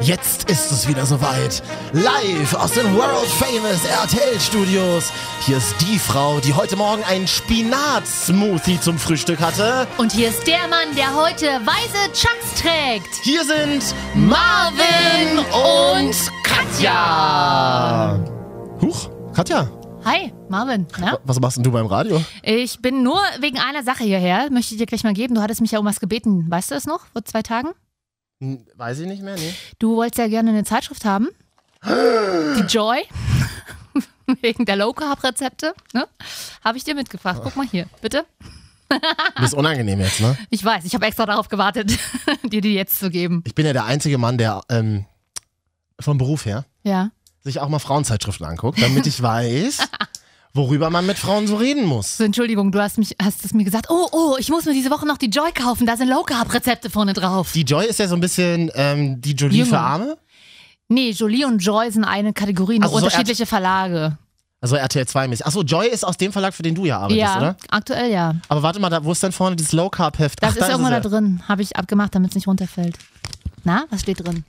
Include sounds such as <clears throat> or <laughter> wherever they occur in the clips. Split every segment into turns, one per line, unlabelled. Jetzt ist es wieder soweit. Live aus den World Famous RTL Studios. Hier ist die Frau, die heute Morgen einen Spinat-Smoothie zum Frühstück hatte.
Und hier ist der Mann, der heute weiße Chucks trägt.
Hier sind Marvin und Katja. Huch, Katja.
Hi, Marvin. Na?
Was machst denn du beim Radio?
Ich bin nur wegen einer Sache hierher. Möchte ich dir gleich mal geben. Du hattest mich ja um was gebeten. Weißt du es noch? Vor zwei Tagen?
Weiß ich nicht mehr, nee.
Du wolltest ja gerne eine Zeitschrift haben. Die Joy. <laughs> Wegen der Low Carb Rezepte. Ne? Habe ich dir mitgebracht. Guck mal hier, bitte.
Du bist unangenehm jetzt, ne?
Ich weiß, ich habe extra darauf gewartet, <laughs> dir die jetzt zu geben.
Ich bin ja der einzige Mann, der ähm, vom Beruf her
Ja.
sich auch mal Frauenzeitschriften anguckt, damit ich weiß, worüber man mit Frauen so reden muss.
So, Entschuldigung, du hast, mich, hast es mir gesagt. Oh, oh, ich muss mir diese Woche noch die Joy kaufen. Da sind Low Carb Rezepte vorne drauf.
Die Joy ist ja so ein bisschen ähm, die Jolie
Jünger.
für Arme.
Nee, Jolie und Joy sind eine Kategorie, eine
Also so
unterschiedliche Verlage.
Also RTL 2 mäßig. Achso, Joy ist aus dem Verlag, für den du ja arbeitest,
ja,
oder?
aktuell ja.
Aber warte mal, da, wo ist denn vorne dieses Low Carb Heft?
Das ist irgendwo da
es ja.
drin. Habe ich abgemacht, damit es nicht runterfällt. Na, was steht drin?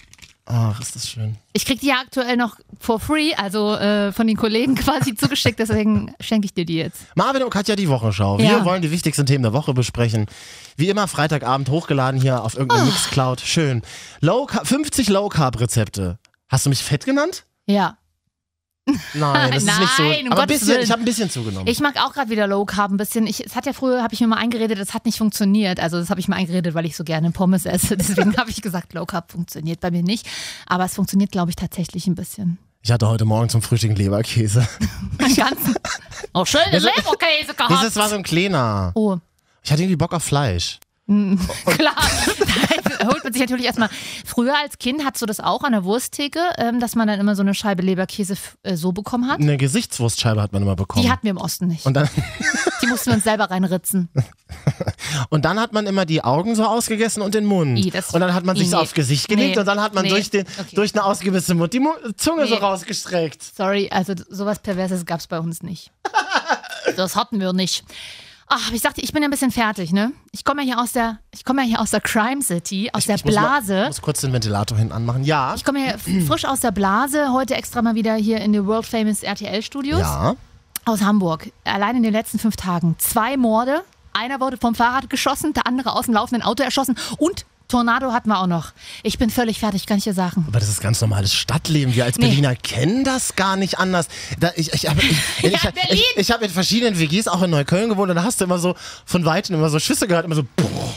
Ach, ist das schön.
Ich krieg die ja aktuell noch for free, also äh, von den Kollegen <laughs> quasi zugeschickt, deswegen schenke ich dir die jetzt.
Marvin und Katja, die Wochenschau. Wir
Ja.
wollen die wichtigsten Themen der Woche besprechen. Wie immer Freitagabend hochgeladen hier auf irgendeinem
Ah.
Mixcloud. Schön. Low Carb, 50 Low Carb Rezepte. Hast du mich fett genannt?
Ja.
Nein, das ist nicht so.
<laughs> Nein, um
aber ein
Gottes
bisschen,
Willen.
ich habe ein bisschen zugenommen.
Ich mag auch gerade wieder Low Carb ein bisschen. Ich, es hat ja früher, habe ich mir mal eingeredet, das hat nicht funktioniert. Also das habe ich mir eingeredet, weil ich so gerne Pommes esse. <laughs> Deswegen habe ich gesagt, Low Carb funktioniert bei mir nicht. Aber es funktioniert, glaube ich, tatsächlich ein bisschen.
Ich hatte heute Morgen zum Frühstück einen Leberkäse.
Den ganzen. <laughs> Oh, schöne Leberkäse gehabt.
Dieses war so ein kleiner.
Oh.
Ich hatte irgendwie Bock auf Fleisch.
Klar, da <laughs> holt man sich natürlich erstmal. Früher als Kind hattest du das auch an der Wursttheke, ähm, dass man dann immer so eine Scheibe Leberkäse f- äh, so bekommen hat.
Eine Gesichtswurstscheibe hat man immer bekommen.
Die hatten wir im Osten nicht.
und, dann,
Die mussten wir uns selber reinritzen.
und dann hat man immer die Augen so ausgegessen und den Mund.
I, das-
und dann hat man sich so
nee.
aufs Gesicht gelegt
Nee.
und dann hat man
Nee.
durch, den,
Okay.
durch eine ausgebissene Mund die Mu Zunge so
Nee.
rausgestreckt.
Sorry, also sowas Perverses gab es bei
<laughs>
uns nicht. Das hatten wir nicht. Ach, aber ich sagte, ich bin ja ein bisschen fertig, ne? Ich komme ja hier aus der, ich komme ja hier aus der Crime City, aus der
ich muss, mal,
Blase.
muss kurz den Ventilator hin anmachen. Ja.
Ich komme ja
<clears throat>
frisch aus der Blase, heute extra mal wieder hier in den World Famous RTL Studios.
Ja.
Aus Hamburg. Allein in den letzten fünf Tagen zwei Morde. Einer wurde vom Fahrrad geschossen, der andere aus dem laufenden Auto erschossen und Tornado hatten wir auch noch. Ich bin völlig fertig, kann ich dir sagen.
Aber das ist ganz normales Stadtleben. Wir als
Nee.
Berliner kennen das gar nicht anders. Da, ich ich,
<laughs>
hab- ich, ich,
Ja,
ich,
Berlin!
ich, ich habe in verschiedenen WGs auch in Neukölln gewohnt und da hast du immer so von Weitem immer so Schüsse gehört, immer so. Boah.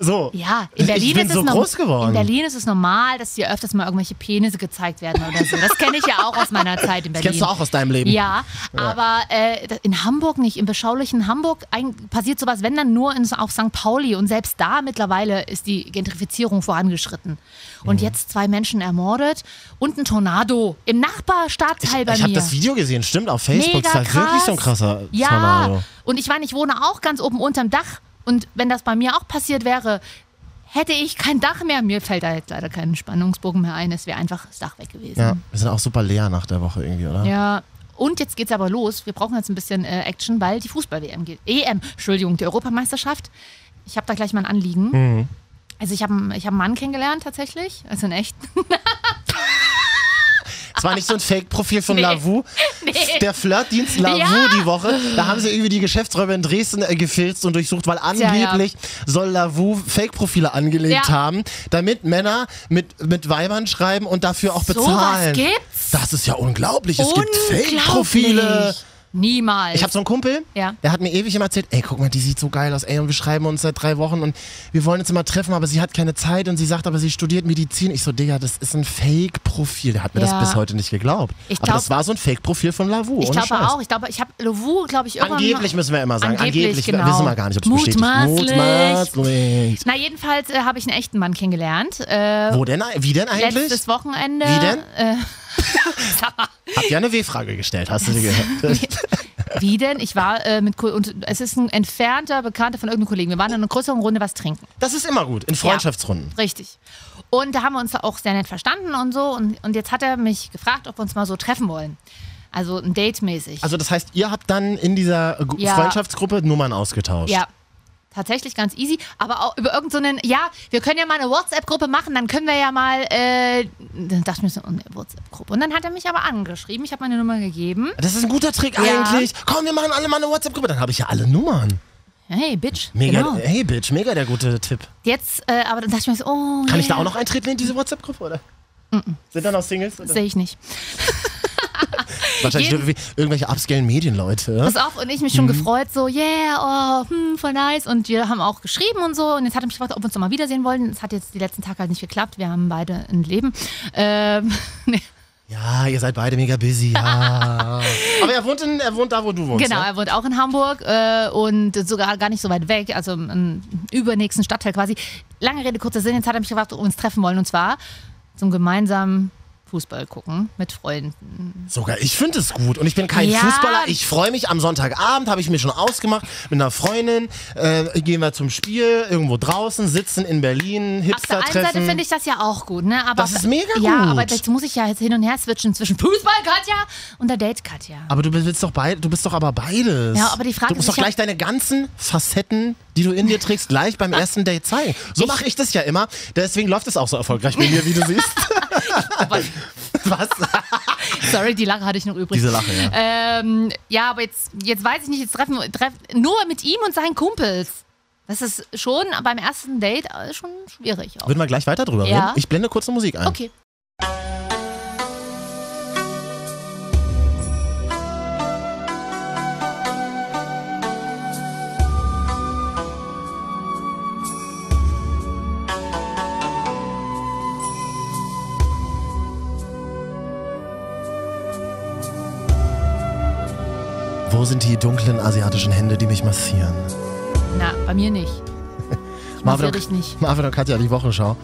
So.
Ja, in Berlin
Also ich bin
ist
so
es norm-
groß geworden.
In Berlin ist es normal, dass dir öfters mal irgendwelche Penisse gezeigt werden oder so. Das kenne ich ja auch aus meiner
<laughs>
Zeit in Berlin.
Kennst du auch aus deinem Leben?
Ja, aber äh, da- in Hamburg nicht, im beschaulichen Hamburg ein, passiert sowas, wenn dann nur in, auf St. Pauli. Und selbst da mittlerweile ist die Gentrifizierung vorangeschritten. Und
Mhm.
jetzt zwei Menschen ermordet und ein Tornado im Nachbarstadtteil bei
Ich habe
mir.
das Video gesehen, stimmt, auf Facebook.
Mega
das war
krass.
wirklich so ein krasser
ja.
Tornado.
Und ich meine, ich wohne auch ganz oben unterm Dach. Und wenn das bei mir auch passiert wäre, hätte ich kein Dach mehr. Mir fällt da jetzt leider kein Spannungsbogen mehr ein. Es wäre einfach das Dach weg gewesen.
Ja, wir sind auch super leer nach der Woche irgendwie, oder?
Ja, und jetzt geht's aber los. Wir brauchen jetzt ein bisschen äh, Action, weil die Fußball-WM geht. EM, Entschuldigung, die Europameisterschaft. Ich habe da gleich mal ein Anliegen.
Mhm.
Also ich habe ich hab einen Mann kennengelernt tatsächlich, also in echt.
Es war nicht so ein Fake-Profil von
<laughs> Nee.
Lavu. Der Flirtdienst Lavu
Ja.
die Woche. Da haben sie irgendwie die Geschäftsräume in Dresden äh, gefilzt und durchsucht, weil
ja.
angeblich soll Lavu Fake-Profile angelegt
Ja.
haben, damit Männer mit, mit Weibern schreiben und dafür auch
Sowas
bezahlen.
gibt's?
Das ist ja unglaublich. Es gibt
Unglaublich.
Fake-Profile.
Niemals.
Ich habe so einen Kumpel,
Ja.
der hat mir ewig immer erzählt, ey, guck mal, die sieht so geil aus, ey, und wir schreiben uns seit drei Wochen und wir wollen uns immer treffen, aber sie hat keine Zeit und sie sagt, aber sie studiert Medizin. Ich so, Digga, das ist ein Fake-Profil. Der hat mir
Ja.
das bis heute nicht geglaubt.
Ich
aber
glaub-
das war so ein Fake-Profil von Lavu.
ich
ohne
glaube
Scheiß.
auch. Ich glaube, ich habe Lovu, glaube ich, irgendwann.
Angeblich müssen wir immer sagen. Angeblich,
Angeblich, genau.
wir wissen wir gar nicht, ob es bestätigt
Mutmaßlich.
Mutmaßlich.
Na, jedenfalls äh, habe ich einen echten Mann kennengelernt. Äh,
Wo denn? Wie denn eigentlich?
letztes Wochenende.
Wie denn?
Äh, <laughs>
Habt ihr eine W-Frage gestellt, hast du sie
<laughs>
gehört?
wie denn? Ich war äh, mit. Ko- Und es ist ein entfernter Bekannter von irgendeinem Kollegen. Wir waren in einer größeren Runde was trinken.
Das ist immer gut, in Freundschaftsrunden.
Richtig. Und da haben wir uns auch sehr nett verstanden und so. Und, und jetzt hat er mich gefragt, ob wir uns mal so treffen wollen. Also ein Date-mäßig.
Also das heißt, ihr habt dann in dieser Gu-
Ja.
Freundschaftsgruppe Nummern ausgetauscht.
ja. tatsächlich ganz easy, aber auch über irgendeinen, so ja, wir können ja mal eine WhatsApp-Gruppe machen, dann können wir ja mal, äh, dann dachte ich mir so, eine WhatsApp-Gruppe. Und dann hat er mich aber angeschrieben, ich habe meine Nummer gegeben.
Das ist ein guter Trick
Ja.
eigentlich. Komm, wir machen alle mal eine WhatsApp-Gruppe. Dann habe ich ja alle Nummern.
Hey, Bitch.
Mega,
Genau.
hey Bitch, mega der gute Tipp.
Jetzt, äh, aber dann dachte ich mir so, oh,
Kann
ja,
ich da auch noch eintreten in diese WhatsApp-Gruppe, oder? Sind da noch Singles? Oder?
sehe ich nicht.
Wahrscheinlich
jeden-
irgendwie irgendwelche upscalen Medienleute.
Pass auf, und ich
Mhm.
mich schon gefreut, so, yeah, oh, hm, voll nice. Und wir haben auch geschrieben und so. Und jetzt hat er mich gefragt, ob wir uns nochmal wiedersehen wollen. Das hat jetzt die letzten Tage halt nicht geklappt. Wir haben beide ein Leben. Ähm, <laughs> nee,
Ja, ihr seid beide mega busy,
<laughs>
ja. Aber er wohnt, in, er wohnt da, wo du wohnst.
genau,
Ne?
er wohnt auch in Hamburg äh, und sogar gar nicht so weit weg, also im, im übernächsten Stadtteil quasi. Lange Rede, kurzer Sinn, jetzt hat er mich gefragt, ob wir uns treffen wollen. Und zwar zum gemeinsamen Fußball gucken mit Freunden.
Sogar ich finde es gut. Und ich bin kein
Ja.
Fußballer. Ich freue mich am Sonntagabend, habe ich mir schon ausgemacht, mit einer Freundin. Äh, gehen wir zum Spiel, irgendwo draußen, sitzen in Berlin,
Auf der
Hipster
einen Seite
treffen.
finde ich das ja auch gut, ne? Aber
Das ist mega
Ja,
gut.
aber jetzt muss ich ja jetzt hin und her switchen zwischen Fußball Katja und der Date Katja.
<laughs> aber du bist doch beid, du bist doch aber beides.
Ja, aber die Frage
du musst
ist,
doch
ich
gleich deine ganzen Facetten, die du in dir trägst, gleich
Ah.
beim ersten Date zeigen. So mache ich das ja immer. Deswegen läuft es auch so erfolgreich bei mir, wie du
<laughs>
siehst. Was?
Sorry, die Lache hatte ich noch übrig.
Diese Lache, ja.
Ähm, ja, aber jetzt, jetzt weiß ich nicht, jetzt treffen wir treff, nur mit ihm und seinen Kumpels. Das ist schon beim ersten Date äh, schon schwierig. Auch.
Würden wir gleich weiter drüber
Ja.
reden? Ich blende kurz eine Musik ein.
Okay.
Wo sind die dunklen asiatischen Hände, die mich massieren?
Na, bei
<laughs>
mir nicht. Ich massiere
und-
dich nicht.
Marvin und Katja, die Wochenschau.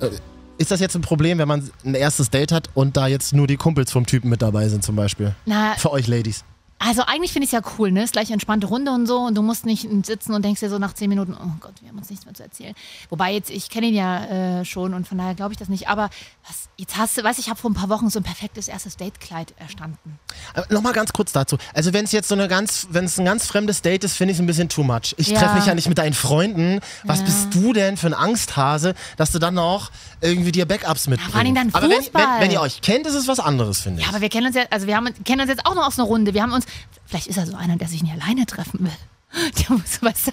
Äh, äh, Ist das jetzt ein Problem, wenn man ein erstes Date hat und da jetzt nur die Kumpels vom Typen mit dabei sind zum Beispiel?
Na,
Für euch Ladies.
also eigentlich finde ich es ja cool, ne? Ist gleich entspannte Runde und so und du musst nicht sitzen und denkst dir so nach zehn Minuten, oh Gott, wir haben uns nichts mehr zu erzählen. Wobei jetzt, ich kenne ihn ja äh, schon und von daher glaube ich das nicht. Aber was, jetzt hast du, weiß ich, habe vor ein paar Wochen so ein perfektes erstes Datekleid erstanden.
Aber Nochmal Äh, ganz kurz dazu. Also wenn es jetzt so eine ganz, wenn es ein ganz fremdes Date ist, finde ich es ein bisschen too much. Ich
Ja.
treffe mich ja nicht mit deinen Freunden. Was bist du denn für ein Angsthase, dass du dann noch irgendwie dir Backups mitbringst?
vor allem dann
Aber wenn, wenn,
Fußball.
wenn ihr euch kennt, ist es was anderes, finde ich.
Ja, aber wir kennen uns ja, also wir haben, kennen uns jetzt auch noch aus einer Runde. Wir haben uns, vielleicht ist er so einer, der sich nicht alleine treffen will. <laughs> Der muss, weißt du,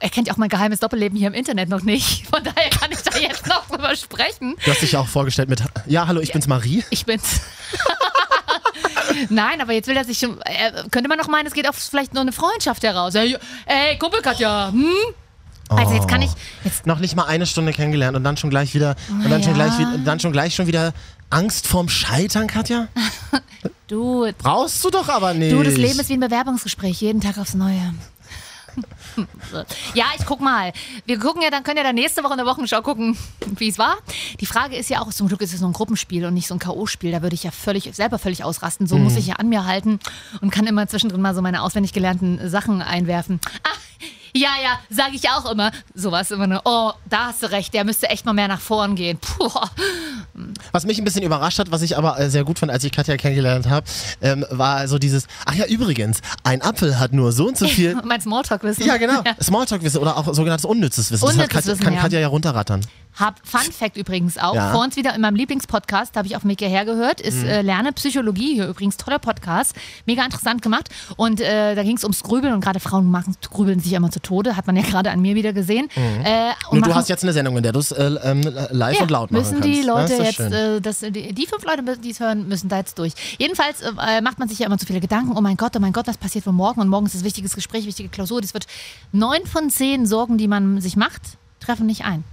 er kennt ja auch mein geheimes Doppelleben hier im Internet noch nicht. Von daher kann ich da jetzt noch drüber sprechen.
Du hast dich ja auch vorgestellt mit, ja, hallo, ich bin's Marie.
Ich bin's. <laughs> Nein, aber jetzt will er sich schon. Äh, könnte man noch meinen, es geht auf vielleicht nur eine Freundschaft heraus. Ey, ey Kumpel Katja, hm? Also jetzt kann ich. Jetzt,
noch nicht mal eine Stunde kennengelernt und dann schon gleich wieder und dann schon
Ja.
gleich wieder, dann schon gleich schon wieder Angst vorm Scheitern, Katja?
du,
Brauchst du doch aber nicht.
Du, das Leben ist wie ein Bewerbungsgespräch, jeden Tag aufs <laughs> Neue. Ja, ich guck mal. Wir gucken ja, dann können ja dann nächste Woche in der Wochenschau gucken, <laughs> wie es war. Die Frage ist ja auch, zum Glück ist es so ein Gruppenspiel und nicht so ein K.O.-Spiel. Da würde ich ja völlig selber völlig ausrasten. So
Mhm.
muss ich ja an mir halten und kann immer zwischendrin mal so meine auswendig gelernten Sachen einwerfen. Ach, ja, ja, sage ich auch immer. Sowas immer nur. Oh, da hast du recht, der müsste echt mal mehr nach vorn gehen. Puh.
Was mich ein bisschen überrascht hat, was ich aber äh, sehr gut fand, als ich Katja kennengelernt habe, ähm, war so dieses, ach ja, übrigens, ein Apfel hat nur so und so viel.
<laughs> Mein Smalltalk-Wissen.
ja, genau. Smalltalk-Wissen oder auch sogenanntes unnützes Wissen. das hat
Unnützes
Katja,
Wissen,
kann
ja.
Katja ja runterrattern.
Hab Fun Fact übrigens auch.
Ja. Mhm.
Vor uns wieder in meinem Lieblingspodcast, da habe ich auf Mika hergehört, ist äh, Lerne Psychologie hier übrigens. Toller Podcast. Mega interessant gemacht. Und äh, da ging es ums Grübeln und gerade Frauen machen, grübeln sich ja immer zu Tode. Hat man ja <laughs> gerade an mir wieder gesehen. Äh, und
Nur Mhm. du
machen-
hast jetzt eine Sendung, in der du es äh, ähm, live
ja,
und laut machen
müssen die
kannst. Ja, ist
Leute
doch
jetzt,
schön.
äh, das, die, die fünf Leute, die es hören, müssen da jetzt durch. Jedenfalls äh, äh, macht man sich ja immer zu viele Gedanken. Oh mein Gott, oh mein Gott, was passiert wohl morgen? Und morgen ist das wichtiges Gespräch, wichtige Klausur. Das wird neun von zehn Sorgen, die man sich macht, treffen nicht ein.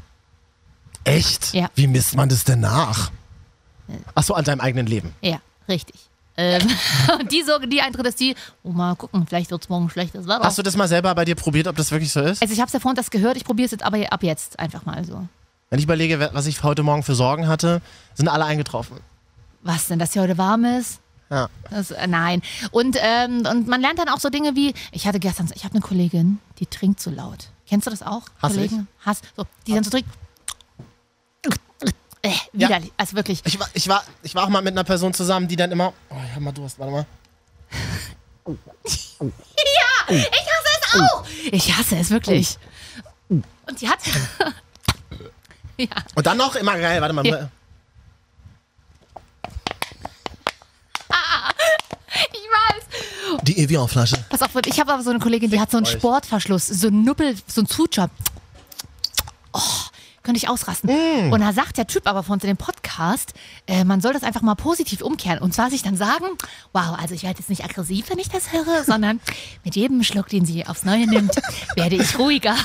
Echt?
Ja.
Wie misst man das denn nach? Ach so, an deinem eigenen Leben.
Ja, richtig. Ähm, <laughs> und die Sorge, die eintritt, ist die, oh mal gucken, vielleicht wird es morgen schlecht. Das war
Hast du das mal selber bei dir probiert, ob das wirklich so ist?
also ich habe es ja vorhin das gehört, ich probiere es jetzt aber ab jetzt einfach mal so.
Wenn ich überlege, wer- was ich heute Morgen für Sorgen hatte, sind alle eingetroffen.
Was denn, dass hier heute warm ist?
Ja.
Das, äh, nein. Und, ähm, und man lernt dann auch so Dinge wie, ich hatte gestern, ich habe eine Kollegin, die trinkt so laut. Kennst du das auch?
Hass ich.
Kollegen? Hass. So, die dann so trinkt. Äh,
Ja.
widerlich. Also wirklich.
Ich war, ich, war, ich war auch mal mit einer Person zusammen, die dann immer. Oh, ich hab mal Durst, warte mal.
Ich hasse es auch. Oh. Ich hasse es wirklich. Und die hat. <laughs> ja.
Und dann noch immer geil, warte mal.
Ja. Ich weiß.
Die Evian-Flasche.
Pass auf, ich habe aber so eine Kollegin, die hat so einen
euch.
Sportverschluss, so einen Nuppel, so einen Zujob. Oh, könnte ich ausrasten.
Mm.
Und da sagt der Typ aber von uns in dem Podcast, äh, man soll das einfach mal positiv umkehren. Und zwar sich dann sagen, wow, also ich werde jetzt nicht aggressiv, wenn ich das
<laughs>
höre, sondern mit jedem Schluck, den sie aufs Neue nimmt, werde ich
<laughs>
ruhiger.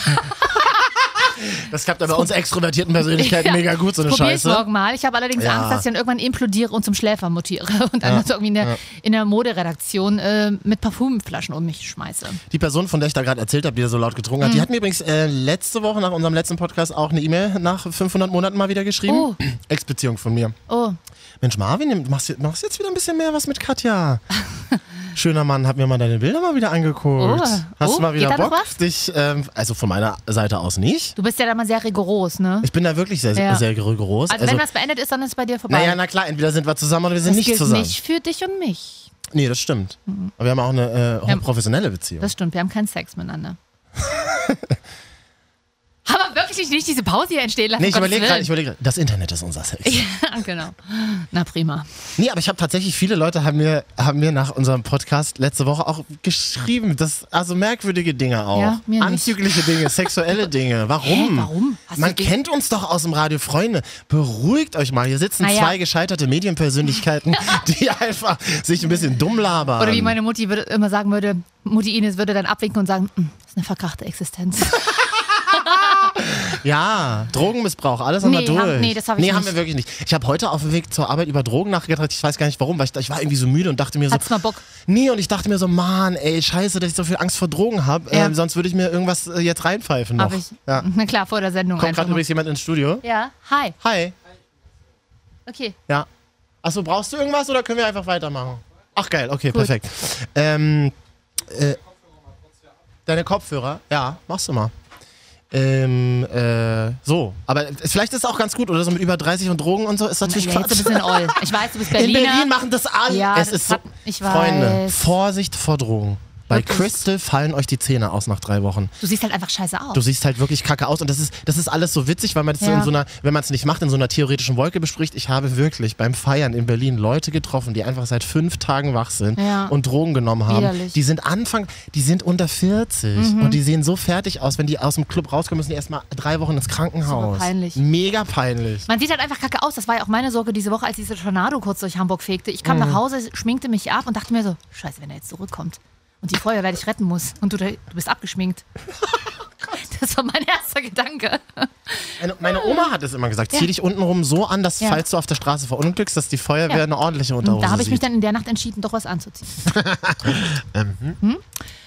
Das klappt aber uns extrovertierten Persönlichkeiten
<laughs> Ja.
halt mega gut, so eine
Probier
Scheiße.
morgen mal. Ich habe allerdings
Ja.
Angst, dass ich dann irgendwann implodiere und zum Schläfer mutiere <laughs> und dann so irgendwie in der, in der Moderedaktion äh, mit Parfümflaschen um mich schmeiße.
Die Person, von der ich da gerade erzählt habe, die da so laut getrunken hat,
Mhm.
die hat mir übrigens äh, letzte Woche nach unserem letzten Podcast auch eine E-Mail nach 500 Monaten mal wieder geschrieben.
Oh.
<clears throat> Ex-Beziehung von mir.
Oh,
Mensch, Marvin, nimm- machst, du- machst jetzt wieder ein bisschen mehr was mit
<laughs>
Katja. Schöner Mann, hab mir mal deine Bilder mal wieder angeguckt.
Oh.
Hast
Oh,
du mal
geht
wieder
da noch
Bock?
was?
Dich, ähm, also von meiner Seite aus nicht.
du bist ja da mal sehr rigoros, ne?
Ich bin da wirklich sehr,
Ja.
sehr rigoros.
Also, wenn was beendet ist, dann ist es bei dir vorbei.
naja, na klar, entweder sind wir zusammen oder wir sind
das
nicht
gilt
zusammen.
nicht für dich und mich.
Nee, das stimmt. Aber wir haben auch eine äh,
Ja.
professionelle Beziehung.
Mhm. Das stimmt, wir haben keinen Sex
<laughs>
miteinander. Haben wir wirklich nicht diese Pause hier entstehen lassen?
nee, ich
um Gottes
überlege gerade,
Willen.
ich überlege gerade. Das Internet ist unser Sex.
Ja, <laughs> genau. Na prima.
Nee, aber ich habe tatsächlich, viele Leute haben mir, haben mir nach unserem Podcast letzte Woche auch geschrieben, dass, also merkwürdige Dinge auch.
Ja, mir nicht.
Anzügliche Dinge, sexuelle Dinge. Warum?
<laughs> Hä, warum? Hast
Man
du die-
kennt uns doch aus dem Radio, Freunde. Beruhigt euch mal. Hier sitzen
Naja.
zwei gescheiterte
<laughs>
Medienpersönlichkeiten, die einfach sich ein bisschen dumm labern.
Oder wie meine Mutti würde, immer sagen würde, Mutti Ines würde dann abwinken und sagen, "Mm, ist eine
<laughs>
verkrachte Existenz.
Also, Ja, Drogenmissbrauch, alles haben wir
Nee,
durch.
haben- nee, das hab ich
Nee, haben
nicht.
wir wirklich nicht. Ich habe heute auf dem Weg zur Arbeit über Drogen nachgedacht. Ich weiß gar nicht warum, weil ich, ich war irgendwie so müde und dachte mir so.
Hat's mal Bock?
Nee, und ich dachte mir so, Mann, ey, scheiße, dass ich so viel Angst vor Drogen habe.
Ja.
Ähm, sonst würde ich mir irgendwas äh, jetzt reinpfeifen noch.
Hab ich.
Ja.
Na klar, vor der Sendung
Kommt
einfach.
gerade
mal.
übrigens jemand ins Studio.
Ja, hi.
Hi.
Okay.
Ja. Achso, brauchst du irgendwas oder können wir einfach weitermachen? Ach geil, okay, perfekt. Ähm, äh, deine Kopfhörer, ja, machst du mal. Ähm, äh, so, aber es- vielleicht ist es auch ganz gut, oder so mit über 30 und Drogen und so ist natürlich
Ja, jetzt ein
Quatsch.
bisschen oll. Ich weiß, du
<laughs>
bist
In
Berliner.
Berlin machen das alle.
Ja,
es
das
ist so,
hab- ich
Freunde,
weiß.
Vorsicht vor Drogen. Bei
Wirklich.
Crystal fallen euch die Zähne aus nach drei Wochen
Du siehst halt einfach scheiße aus.
du siehst halt wirklich kacke aus und das ist, das ist alles so witzig, weil man das so
Ja.
in so einer, wenn man es nicht macht, in so einer theoretischen Wolke bespricht. Ich habe wirklich beim Feiern in Berlin Leute getroffen, die einfach seit fünf Tagen wach sind
Ja.
und Drogen genommen haben.
Widerlich. Mhm.
Die sind Anfang, die sind unter 40 und die sehen so fertig aus, wenn die aus dem Club rauskommen, müssen die erstmal drei Wochen ins Krankenhaus.
Super peinlich.
Mega peinlich.
Man sieht halt einfach kacke aus. Das war ja auch meine Sorge diese Woche, als dieser Tornado kurz durch Hamburg fegte. Ich
Mhm.
kam nach Hause, schminkte mich ab und dachte mir so: Scheiße, wenn er jetzt zurückkommt und die Feuerwehr dich retten muss und du, da- du
<laughs>
bist abgeschminkt. das war mein erster Gedanke.
Meine, meine Oma hat es immer gesagt, zieh dich untenrum so an, dass
Ah. Ja.
falls du auf der Straße verunglückst, dass die Feuerwehr
Ja.
eine ordentliche
Und
Unterhose
da habe ich
sieht.
mich dann in der Nacht entschieden, doch was
<laughs>
anzuziehen. Hm?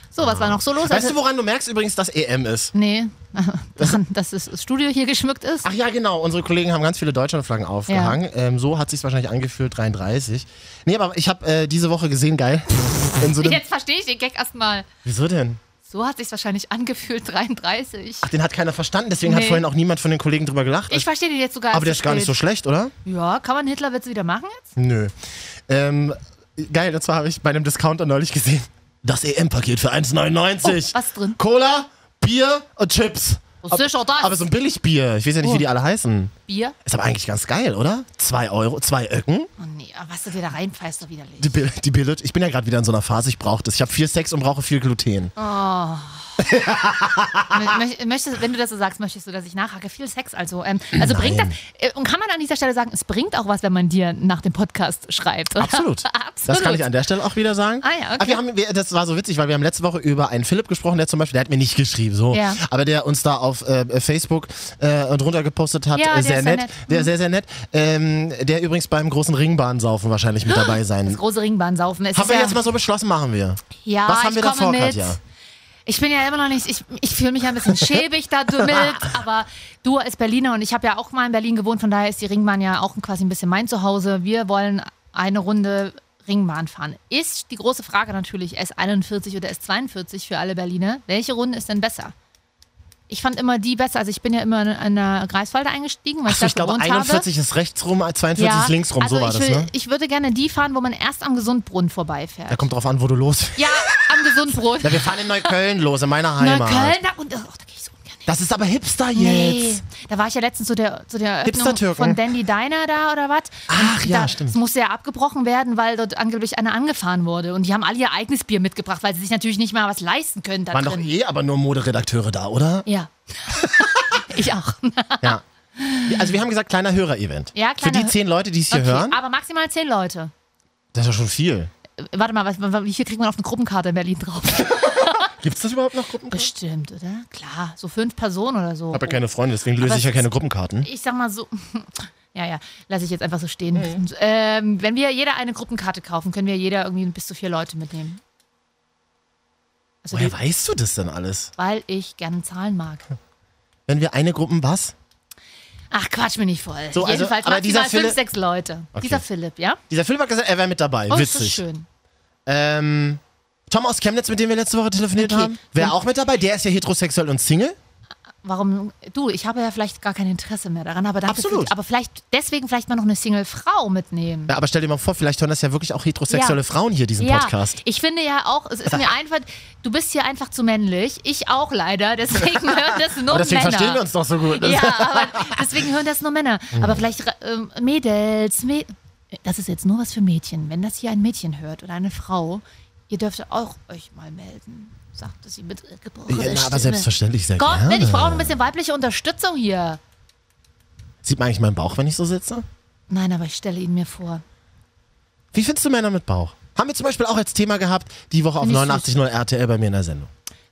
So, was war noch so los?
Mhm.
Also,
weißt du, woran du merkst übrigens, dass EM ist?
nee, <laughs> daran, dass das Studio hier geschmückt ist.
Ach ja, genau. Unsere Kollegen haben ganz viele Deutschlandflaggen aufgehangen. Ähm, so hat sich wahrscheinlich angefühlt, 33. Nee, aber ich habe äh, diese Woche gesehen,
<laughs>
geil. In so einem,
Jetzt verstehe ich den Gag erstmal.
wieso denn?
So hat sich wahrscheinlich angefühlt, 33.
Den hat keiner verstanden, deswegen hat
Nee.
vorhin auch niemand von den Kollegen drüber gelacht.
Ich verstehe den jetzt sogar.
aber
erst
der ist gar nicht so
spät.
schlecht, oder?
Ja, kann man Hitlerwitze wieder machen jetzt?
Nö. Ähm, geil, und zwar habe ich bei einem Discounter neulich gesehen. Das EM-Paket für 1,99.
Oh, was drin?
Cola, Bier und Chips.
Was ist auch das?
Aber so ein Billigbier. Ich weiß ja nicht, wie
Oh.
die alle heißen.
Bier?
Ist aber eigentlich ganz geil, oder? Zwei Euro, zwei Öcken.
Oh nee, aber was du dir da reinpfeifst, doch widerlich.
<laughs> Die, Bill- die Billet, ich bin ja gerade wieder in so einer Phase, ich brauche das. Ich habe viel Sex und brauche viel Gluten.
Oh. Mö- möcht- Möchtest, wenn du das so sagst, möchtest du, dass ich nachhacke? Viel Sex also. Ähm, also bringt das.
Nein.
äh, Und kann man an dieser Stelle sagen, es bringt auch was, wenn man dir nach dem Podcast schreibt, oder?
Absolut.
<laughs> Absolut.
Das kann ich an der Stelle auch wieder sagen.
Ah ja, okay.
Aber wir haben, wir, das war so witzig, weil wir haben letzte Woche über einen Philipp gesprochen, der zum Beispiel, der hat mir nicht geschrieben, so.
Ja.
Aber der uns da auf äh, Facebook äh, drunter gepostet hat,
Ja,
äh,
der
sehr
ist sehr
nett.
nett. Mhm.
Der ist sehr, sehr nett. Ähm, der übrigens beim großen Ringbahnsaufen wahrscheinlich mit dabei sein.
Ah. Das große Ringbahnsaufen. Es
Haben
ist
wir
ja,
jetzt mal so beschlossen, machen wir.
ja,
Was haben
ich
wir da
komme
vor,
mit.
Katja?
Ich bin ja immer noch nicht, ich, ich fühle mich ja ein bisschen schäbig damit,
<laughs>
aber du als Berliner und ich habe ja auch mal in Berlin gewohnt, von daher ist die Ringbahn ja auch quasi ein bisschen mein Zuhause. Wir wollen eine Runde Ringbahn fahren. Ist die große Frage natürlich S41 oder S42 für alle Berliner. Welche Runde ist denn besser? Ich fand immer die besser. Also ich bin ja immer in einer Greifswalde eingestiegen, weil ich
Achso,
da
ich glaube,
gewohnt habe.
41 ist rechts rum, 42 ist links rum,
also
so war
ich
das,
will,
ne? <laughs>
Ich würde gerne die fahren, wo man erst am Gesundbrunnen vorbeifährt.
Da kommt drauf an, wo du los
Ja, am gesund Brot.
Ja, wir fahren in Neukölln los, in meiner
Na,
Heimat.
Köln, da, und, oh, da gehe ich so ungern hin.
Das ist aber Hipster jetzt.
Nee, da war ich ja letztens zu der, zu der Eröffnung
Hipster-Türken.
von Dandy Diner da oder was.
Ach ja,
da,
stimmt.
Es musste ja abgebrochen werden, weil dort angeblich einer angefahren wurde. Und die haben alle ihr eigenes Bier mitgebracht, weil sie sich natürlich nicht mal was leisten können da
Waren doch
drin.
eh aber nur Moderedakteure da,
<laughs>
oder? <laughs>
Ja. ich auch.
Ja. Also wir haben gesagt, kleiner Hörer-Event.
Ja,
Für
kleiner
die
Hö-
zehn Leute, die es hier
Okay, ah.
hören,
Aber maximal zehn Leute.
das ist ja schon viel.
Äh, Warte mal, was, wie viel kriegt man auf eine Gruppenkarte in Berlin
<laughs>
drauf?
Gibt es das überhaupt noch Gruppenkarten?
Bestimmt, oder? Klar, so fünf Personen oder so.
Ich habe ja keine Freunde, deswegen löse
Aber
ich ja
es
keine
ist-
Gruppenkarten.
ich sag mal so, <laughs> ja, ja, lasse ich jetzt einfach so stehen. Ähm, wenn wir jeder eine Gruppenkarte kaufen, können wir jeder irgendwie bis zu vier Leute mitnehmen. Also
Woher
die,
weißt du das denn alles?
weil ich gerne Zahlen
<laughs>
mag.
Wenn wir eine Gruppen was?
Ach, quatsch mir nicht voll.
So, also,
Jedenfalls
aber
maximal
dieser
fünf,
Philipp-
sechs Leute.
Okay.
Dieser Philipp, ja?
Dieser Philipp hat gesagt, er wäre mit dabei.
Oh, ist das
Witzig.
schön.
Ähm, Tom aus Chemnitz, mit dem wir letzte Woche telefoniert
Okay.
haben, wäre auch mit dabei. Der ist ja heterosexuell und Single.
Warum, du, ich habe ja vielleicht gar kein Interesse mehr daran, aber, dafür,
Absolut.
aber vielleicht, deswegen vielleicht mal noch eine Single-Frau mitnehmen.
Ja, aber stell dir mal vor, vielleicht hören das ja wirklich auch heterosexuelle
Ja.
Frauen hier diesen
Ja,
Podcast.
ich finde ja auch, es ist
<laughs>
mir einfach, du bist hier einfach zu männlich. Ich auch
<laughs>
leider, deswegen <laughs> hören das nur
Aber deswegen
Männer.
verstehen wir uns doch so gut. Das- <laughs>
Ja, aber deswegen hören das nur Männer.
Mhm.
Aber vielleicht ähm, Mädels, Mä das ist jetzt nur was für Mädchen. Wenn das hier ein Mädchen hört oder eine Frau, ihr dürft auch euch mal melden. Sagte sie mit äh,
Ja,
gebrochener
na,
Stimme.
aber selbstverständlich sehr
Gott,
gerne.
Mensch, ich brauche noch ein bisschen weibliche Unterstützung hier.
Sieht man eigentlich meinen Bauch, wenn ich so sitze?
Nein, aber ich stelle ihn mir vor.
Wie findest du Männer mit Bauch? Haben wir zum Beispiel auch als Thema gehabt, die Woche auf
Find ich
89.0 RTL bei mir in der Sendung.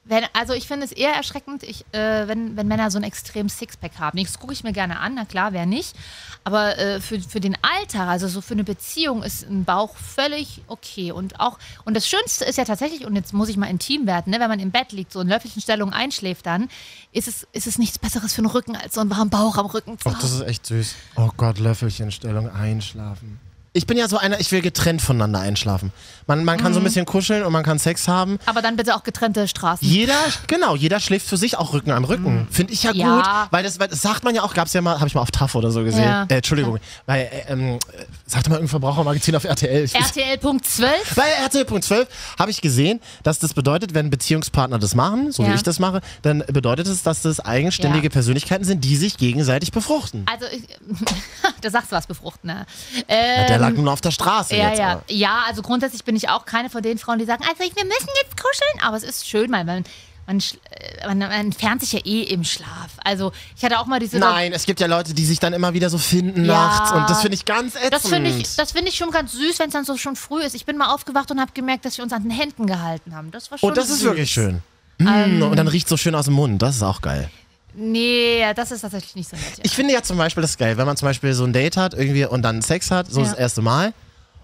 Wenn, also ich finde es eher erschreckend, ich, äh, wenn, wenn Männer so ein extremes Sixpack haben. Das gucke ich mir gerne an, na klar, wer nicht. Aber äh, für, für den Alltag, also so für eine Beziehung, ist ein Bauch völlig okay. Und auch, und das Schönste ist ja tatsächlich, und jetzt muss ich mal intim werden, ne, wenn man im Bett liegt, so in löffelchen Stellung einschläft dann, ist es, ist es nichts Besseres für den Rücken, als so einen warmen Bauch am Rücken zu haben.
ist echt süß. Oh Gott, Löffelchenstellung, einschlafen. Ich bin ja so einer, ich will getrennt voneinander einschlafen. Man, man kann so ein bisschen kuscheln und man kann Sex haben.
Aber dann bitte auch getrennte Straßen.
Jeder, genau, jeder schläft für sich auch Rücken an Rücken. Finde ich Mhm. ja,
Ja.
gut. Weil das, weil das sagt man ja auch, gab es ja mal, habe ich mal auf TAF oder so gesehen.
Ja.
Äh, Entschuldigung, weil, äh, ähm, äh, sagte mal irgendein Verbrauchermagazin auf RTL. Ich weiß-
RTL Punkt 12.
Bei RTL.12 habe ich gesehen, dass das bedeutet, wenn Beziehungspartner das machen, so wie
Ja.
ich das mache, dann bedeutet es, dass das eigenständige
Ja.
Persönlichkeiten sind, die sich gegenseitig befruchten.
Also, ich, <laughs> da sagst du was befruchten. Ne?
Ja, der lag nun auf der Straße
Ja,
jetzt.
ja.
aber.
ja, also grundsätzlich bin ich auch keine von den Frauen, die sagen, also ich, wir müssen jetzt kuscheln, aber es ist schön, weil man, man, schl- äh, man, man entfernt sich ja eh im Schlaf. Also ich hatte auch mal diese.
Nein, es gibt ja Leute, die sich dann immer wieder so finden
Ja.
nachts und das finde ich ganz ätzend.
Das finde ich, das finde ich schon ganz süß, wenn es dann so schon früh ist. Ich bin mal aufgewacht und habe gemerkt, dass wir uns an den Händen gehalten haben. Das war schon
und Oh, das ist
süß. Ähm.
wirklich schön. Mm, und dann riecht so schön aus dem Mund, das ist auch geil.
Nee, das ist tatsächlich nicht so nett. Ja.
Ich finde ja zum Beispiel das geil, wenn man zum Beispiel so ein Date hat irgendwie und dann Sex hat, so
Ja.
das erste Mal.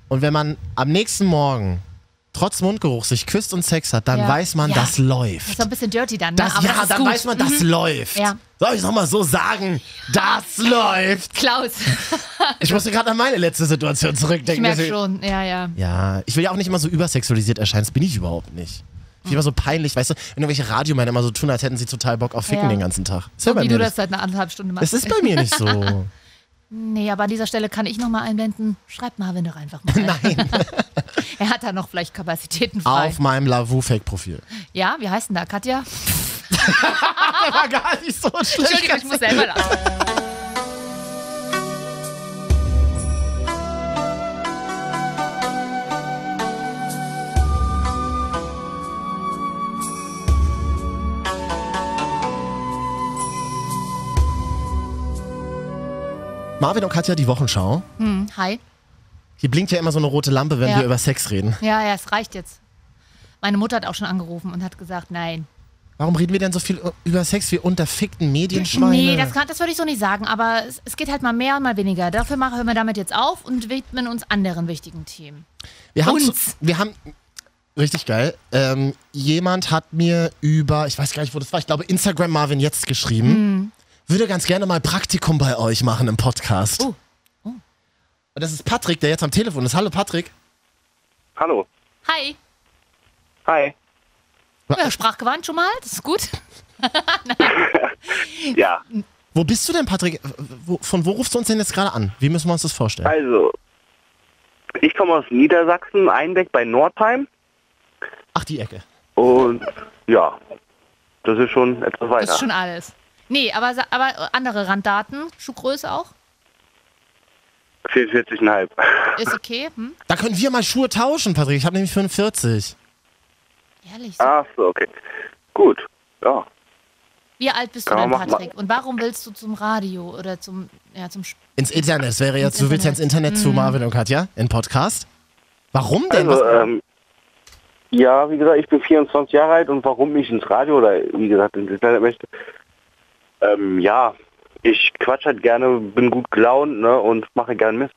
Und wenn man am nächsten Morgen trotz Mundgeruch sich küsst und Sex hat, dann
Ja.
weiß man,
Ja.
das läuft.
das ist ein bisschen dirty dann, ne?
Das,
aber
ja,
das ist
dann
gut. Mhm.
weiß man, das läuft.
Ja.
Soll ich nochmal so sagen? Das läuft.
Klaus,
Ich musste gerade an meine letzte Situation
ich
zurückdenken.
merke
deswegen-
schon. Ja, ja.
also- Ja, ich will ja auch nicht immer so übersexualisiert erscheinen. Das bin ich überhaupt nicht. Ich bin immer so peinlich, weißt du, wenn irgendwelche Radiomänner immer so tun, als hätten sie total Bock auf Ficken
Ja.
den ganzen Tag. Ist ja bei
Wie
mir
du
nicht.
das seit einer anderthalb Stunde machst.
Das ist bei mir nicht
<laughs>
so.
Nee, aber an dieser Stelle kann ich nochmal einblenden. Schreibt Marvin doch
<laughs>
einfach mal.
Nein.
Er hat da noch vielleicht Kapazitäten frei.
auf meinem <laughs> Lavu-Fake-Profil.
Ja, wie heißt denn da? Katja?
War gar nicht so schlecht.
<laughs> Entschuldigung, ich muss selber lachen.
Marvin und Katja, die Wochenschau.
Hm, hi.
Hier blinkt ja immer so eine rote Lampe, wenn
Ja.
wir über Sex reden.
Ja, ja, es reicht jetzt. Meine Mutter hat auch schon angerufen und hat gesagt, nein.
Warum reden wir denn so viel über Sex wie unterfickten Medienschweine?
Nee, das, kann, das würde ich so nicht sagen, aber es, es geht halt mal mehr und mal weniger. Dafür machen, hören wir damit jetzt auf und widmen uns anderen wichtigen Themen.
Wir haben,
Uns.
zu- wir haben richtig geil. Ähm, jemand hat mir über, ich weiß gar nicht, wo das war, ich glaube Instagram Marvin jetzt geschrieben.
Hm.
Würde ganz gerne mal Praktikum bei euch machen im Podcast.
Oh.
Und das ist Patrick, der jetzt am Telefon ist. Hallo Patrick.
Hallo.
Hi.
Hi.
Ja, sprachgewandt schon mal, das ist gut.
Ja,
Wo bist du denn, Patrick? Wo, von wo rufst du uns denn jetzt gerade an? Wie müssen wir uns das vorstellen?
also, ich komme aus Niedersachsen, Einbeck bei Nordheim.
Ach, die Ecke.
Und ja, das ist schon etwas weiter.
Das ist schon alles. Nee, aber, sa- aber andere Randdaten, Schuhgröße auch,
44,5.
ist okay. Hm?
Da können wir mal Schuhe tauschen, Patrick. Ich habe nämlich 45.
Ehrlich. so.
Ach so, okay. Gut, ja.
Wie alt bist du
Kann
denn,
man machen.
Patrick? Und warum willst du zum Radio oder zum, ja, zum Sp
Ins Internet. Das wäre jetzt,
Ins
du willst ja ins
Internet. Mhm.
Internet zu Marvin und Katja in Podcast? Warum denn?
Also,
Was-
ähm, ja, wie gesagt, ich bin 24 Jahre alt und warum ich ins Radio oder wie gesagt ins Internet möchte, ähm, ja, ich quatsch halt gerne, bin gut gelaunt ne, und mache gerne Mist.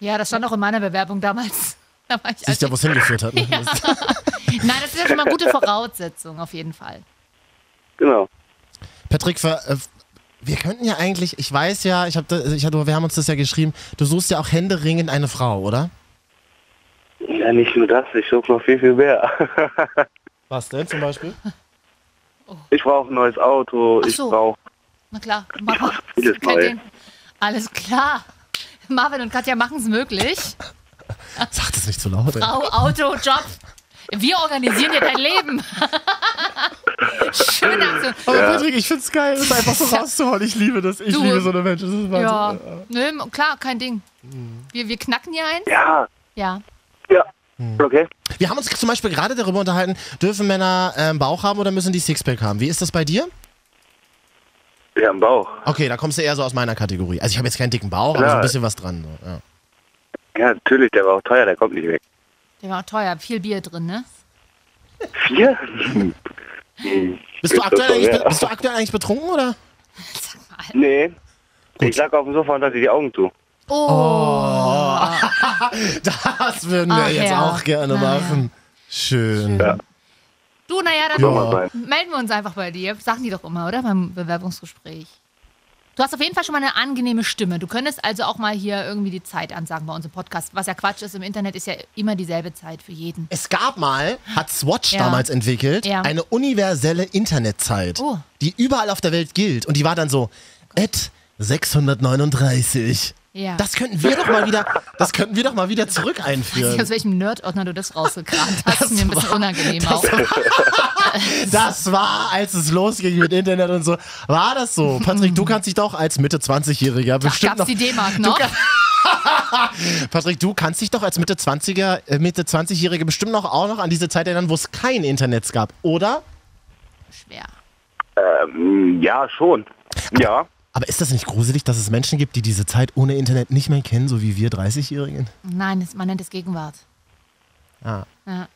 Ja, das stand auch in meiner Bewerbung damals. <laughs> Da war ich
Siehst ja, wo es hingeführt
<laughs>
hat. ne?
Nein, das ist ja schon mal eine gute Voraussetzung, auf jeden Fall.
Genau.
Patrick, ver- äh, wir könnten ja eigentlich, ich weiß ja, ich hab, da- ich hab, wir haben uns das ja geschrieben, du suchst ja auch händeringend eine Frau, oder?
Ja, nicht nur das, ich suche noch viel, viel mehr.
Was denn zum Beispiel?
ich brauche ein neues Auto,
Ach
ich
so.
brauche...
Na klar, mach mal.
Vieles
Kein
neu.
Ding. Alles klar. Marvin und Katja machen es möglich.
Sag das nicht zu laut. Ey.
Au, Auto, Job. Wir organisieren dir dein Leben. Schöne Aktion.
Aber Patrick, ich find's geil, das einfach so rauszuholen. Ich liebe das. Ich
Du-
liebe so eine Mensch. Das ist Wahnsinn. Äh,
Ja, nö, klar, kein Ding. Wir, wir knacken hier eins.
Ja,
Ja.
ja,
Hm.
okay.
Wir haben uns zum Beispiel gerade darüber unterhalten, dürfen Männer ähm, Bauch haben oder müssen die Sixpack haben? Wie ist das bei dir?
Ja, im Bauch.
Okay, da kommst du eher so aus meiner Kategorie. Also ich habe jetzt keinen dicken Bauch, aber
Klar.
so ein bisschen was dran. So. Ja.
Ja, natürlich, der war auch teuer, der kommt nicht weg.
Der war auch teuer, viel Bier drin, ne?
<laughs>
Vier? Hm. Hm.
Bist, du
Ist das
aktuell
so,
eigentlich,
ja.
be- bist du aktuell eigentlich betrunken, oder? <laughs>
Sag mal.
Nee. Ich lag auf dem Sofa und hatte die Augen zu.
Oh,
Das würden wir
Ach
jetzt
ja.
auch gerne
Na ja.
machen. Schön.
du, naja, dann
Ja.
Mal sein.
melden wir uns einfach bei dir. Sagen die doch immer, oder? Beim Bewerbungsgespräch. Du hast auf jeden Fall schon mal eine angenehme Stimme. Du könntest also auch mal hier irgendwie die Zeit ansagen bei uns im Podcast. Was ja Quatsch ist, im Internet ist ja immer dieselbe Zeit für jeden.
Es gab mal, hat Swatch
Ja.
damals entwickelt,
Ja.
eine universelle Internetzeit,
Oh.
die überall auf der Welt gilt. Und die war dann so, at 639.
Ja.
Das könnten wir doch mal wieder, das könnten wir doch mal wieder zurück
Ich weiß nicht,
einführen.
aus welchem Nerdordner du das rausgekramt hast.
<laughs> Das
mir ein bisschen
war-
unangenehm auch.
Das war, als es losging mit Internet und so, war das so.
<laughs>
Patrick, du kannst dich doch als Mitte 20-Jähriger bestimmt
Gab's
noch.
die D-Mark noch?
Patrick, du kannst dich doch als Mitte 20er, äh, Mitte 20-Jährige bestimmt noch auch noch an diese Zeit erinnern, wo es kein Internet gab, oder?
Schwer.
Ähm, ja, schon. Ja.
Aber ist das nicht gruselig, dass es Menschen gibt, die diese Zeit ohne Internet nicht mehr kennen, so wie wir 30-Jährigen?
Nein, das, man nennt es Gegenwart.
Ah.
Ja.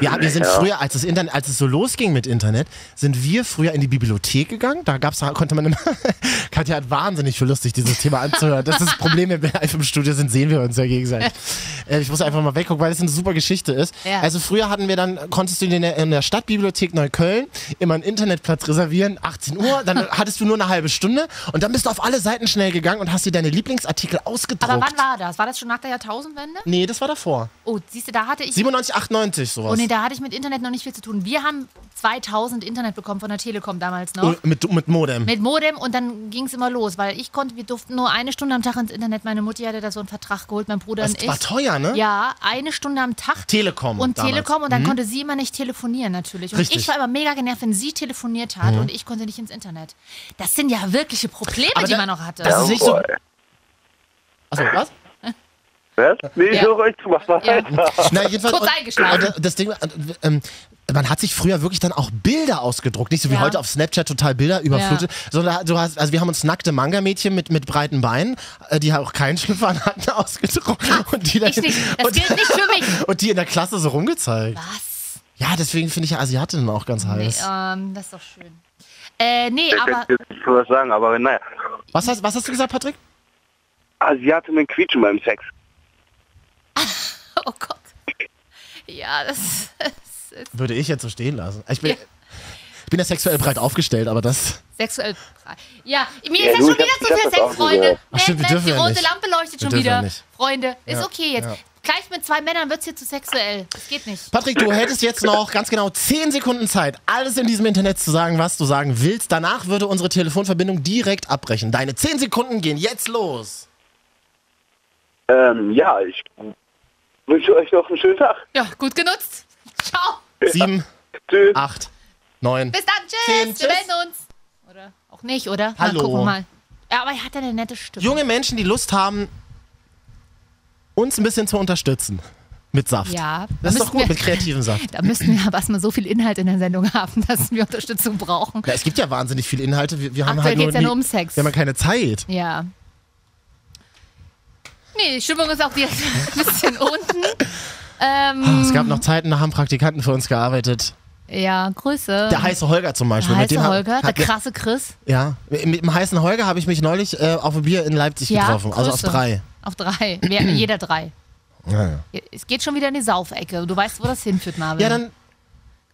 Ja, wir sind
Ja.
früher, als, das Internet, als es so losging mit Internet, sind wir früher in die Bibliothek gegangen. Da gab's, da konnte man immer. <laughs> Katja hat wahnsinnig viel lustig, dieses Thema anzuhören. Das ist das Problem, wenn wir live im Studio sind, sehen wir uns ja
<laughs>
gegenseitig. Äh, Ich muss einfach mal weggucken, weil das eine super Geschichte ist.
Ja.
Also früher hatten wir dann, konntest du in der, in der Stadtbibliothek Neukölln immer einen Internetplatz reservieren, 18 Uhr,
<laughs>
dann hattest du nur eine halbe Stunde und dann bist du auf alle Seiten schnell gegangen und hast dir deine Lieblingsartikel ausgedruckt.
Aber wann war das? War das schon nach der Jahrtausendwende?
nee, das war davor.
Oh, siehst du, da hatte ich
97, 98 sowas.
Oh nee, da hatte ich mit Internet noch nicht viel zu tun. Wir haben 2000 Internet bekommen von der Telekom damals noch.
Und Äh, mit, mit Modem.
Mit Modem und dann ging es immer los, weil ich konnte, wir durften nur eine Stunde am Tag ins Internet. Meine Mutti hatte da so einen Vertrag geholt, mein Bruder
Das
und ich.
war teuer, ne?
Ja, eine Stunde am Tag.
Telekom
Und
damals. Mhm.
Telekom und dann konnte sie immer nicht telefonieren natürlich. Und
Richtig. Mhm.
ich war immer mega genervt, wenn sie telefoniert hat und ich konnte nicht ins Internet. Das sind ja wirkliche Probleme,
Aber
die
da-
man noch hatte.
das ist also nicht so-
Jawohl.
Achso,
<laughs>
was?
Was? Nee, ich
Ja.
höre euch zu, mach mal
Ja.
weiter.
Na, jedenfalls,
Kurz
und-
eingeschlafen.
und Das Ding, war, ähm, man hat sich früher wirklich dann auch Bilder ausgedruckt. Nicht so wie
Ja.
heute auf Snapchat total Bilder überflutet, sondern du hast, also wir haben uns nackte Manga-Mädchen mit, mit breiten Beinen, äh, die auch keinen Schlüpfer an hatten, <laughs> ausgedruckt. Und die, dann,
<laughs> Ah, ich nicht. Das
und,
gilt nicht für mich.
und die in der Klasse so rumgezeigt.
Was?
Ja, deswegen finde ich ja Asiatinnen auch ganz heiß.
Ähm, das ist doch schön. Äh, nee,
Ich
aber
könnte jetzt nicht so was sagen, aber naja.
Was, hast, was hast du gesagt, Patrick?
Asiatinnen quietschen beim Sex.
<laughs> Oh Gott. Ja, das <laughs> ist ist
Würde ich jetzt so stehen lassen. Ich bin
Ja.
ja, ich bin ja sexuell breit aufgestellt, aber das...
sexuell. frei. Ja, mir
Ja,
ist jetzt
du,
schon
ich hab-
wieder zu
ich
viel
hab das
Sex,
auch
Freunde.
gehört.
Ach stimmt, wir
Mensch,
dürfen
die
ja
rote
nicht.
Lampe leuchtet
Wir
schon
dürfen ja
wieder.
nicht.
Freunde, ist
Ja,
okay jetzt.
ja.
Gleich mit zwei Männern wird es hier zu sexuell. Das geht nicht.
Patrick, du hättest jetzt noch ganz genau 10 Sekunden Zeit, alles in diesem Internet zu sagen, was du sagen willst. Danach würde unsere Telefonverbindung direkt abbrechen. Deine 10 Sekunden gehen jetzt los.
Ähm, ja, ich Wünsche euch noch einen schönen Tag.
Ja, gut genutzt. Ciao.
Sieben,
Tschüss.
acht, neun.
Bis dann. Tschüss.
Zehn,
Wir
tschüss.
melden uns. Oder auch nicht, oder? Na,
Hallo.
gucken wir mal. Ja, aber er hat ja eine nette Stimme.
Junge Menschen, die Lust haben, uns ein bisschen zu unterstützen. Mit Saft.
Ja, da
Das ist doch
müssen
gut,
wir-
mit kreativem Saft.
Da müssten wir aber erstmal so viel Inhalt in der Sendung haben, dass wir Unterstützung brauchen.
Ja, es gibt ja wahnsinnig viele Inhalte. Wir, wir haben halt
Aktuell
nur
geht's ja nur
nie-
um Sex.
Wir haben ja keine Zeit.
Ja. Nee, die Stimmung ist auch jetzt <laughs> ein bisschen unten. Ähm,
Es gab noch Zeiten, da haben Praktikanten für uns gearbeitet.
ja, Grüße.
Der heiße Holger zum Beispiel.
Der
mit dem
heiße
hab-
Holger, der
hab-
krasse Chris.
Ja, mit dem heißen Holger habe ich mich neulich äh, auf ein Bier in Leipzig
Ja,
getroffen. Also auf
Grüße.
drei.
Auf drei.
<clears throat>
Wer, jeder drei.
Ja, ja.
Es geht schon wieder in die Saufecke. Du weißt, wo das hinführt, Marvin.
ja dann,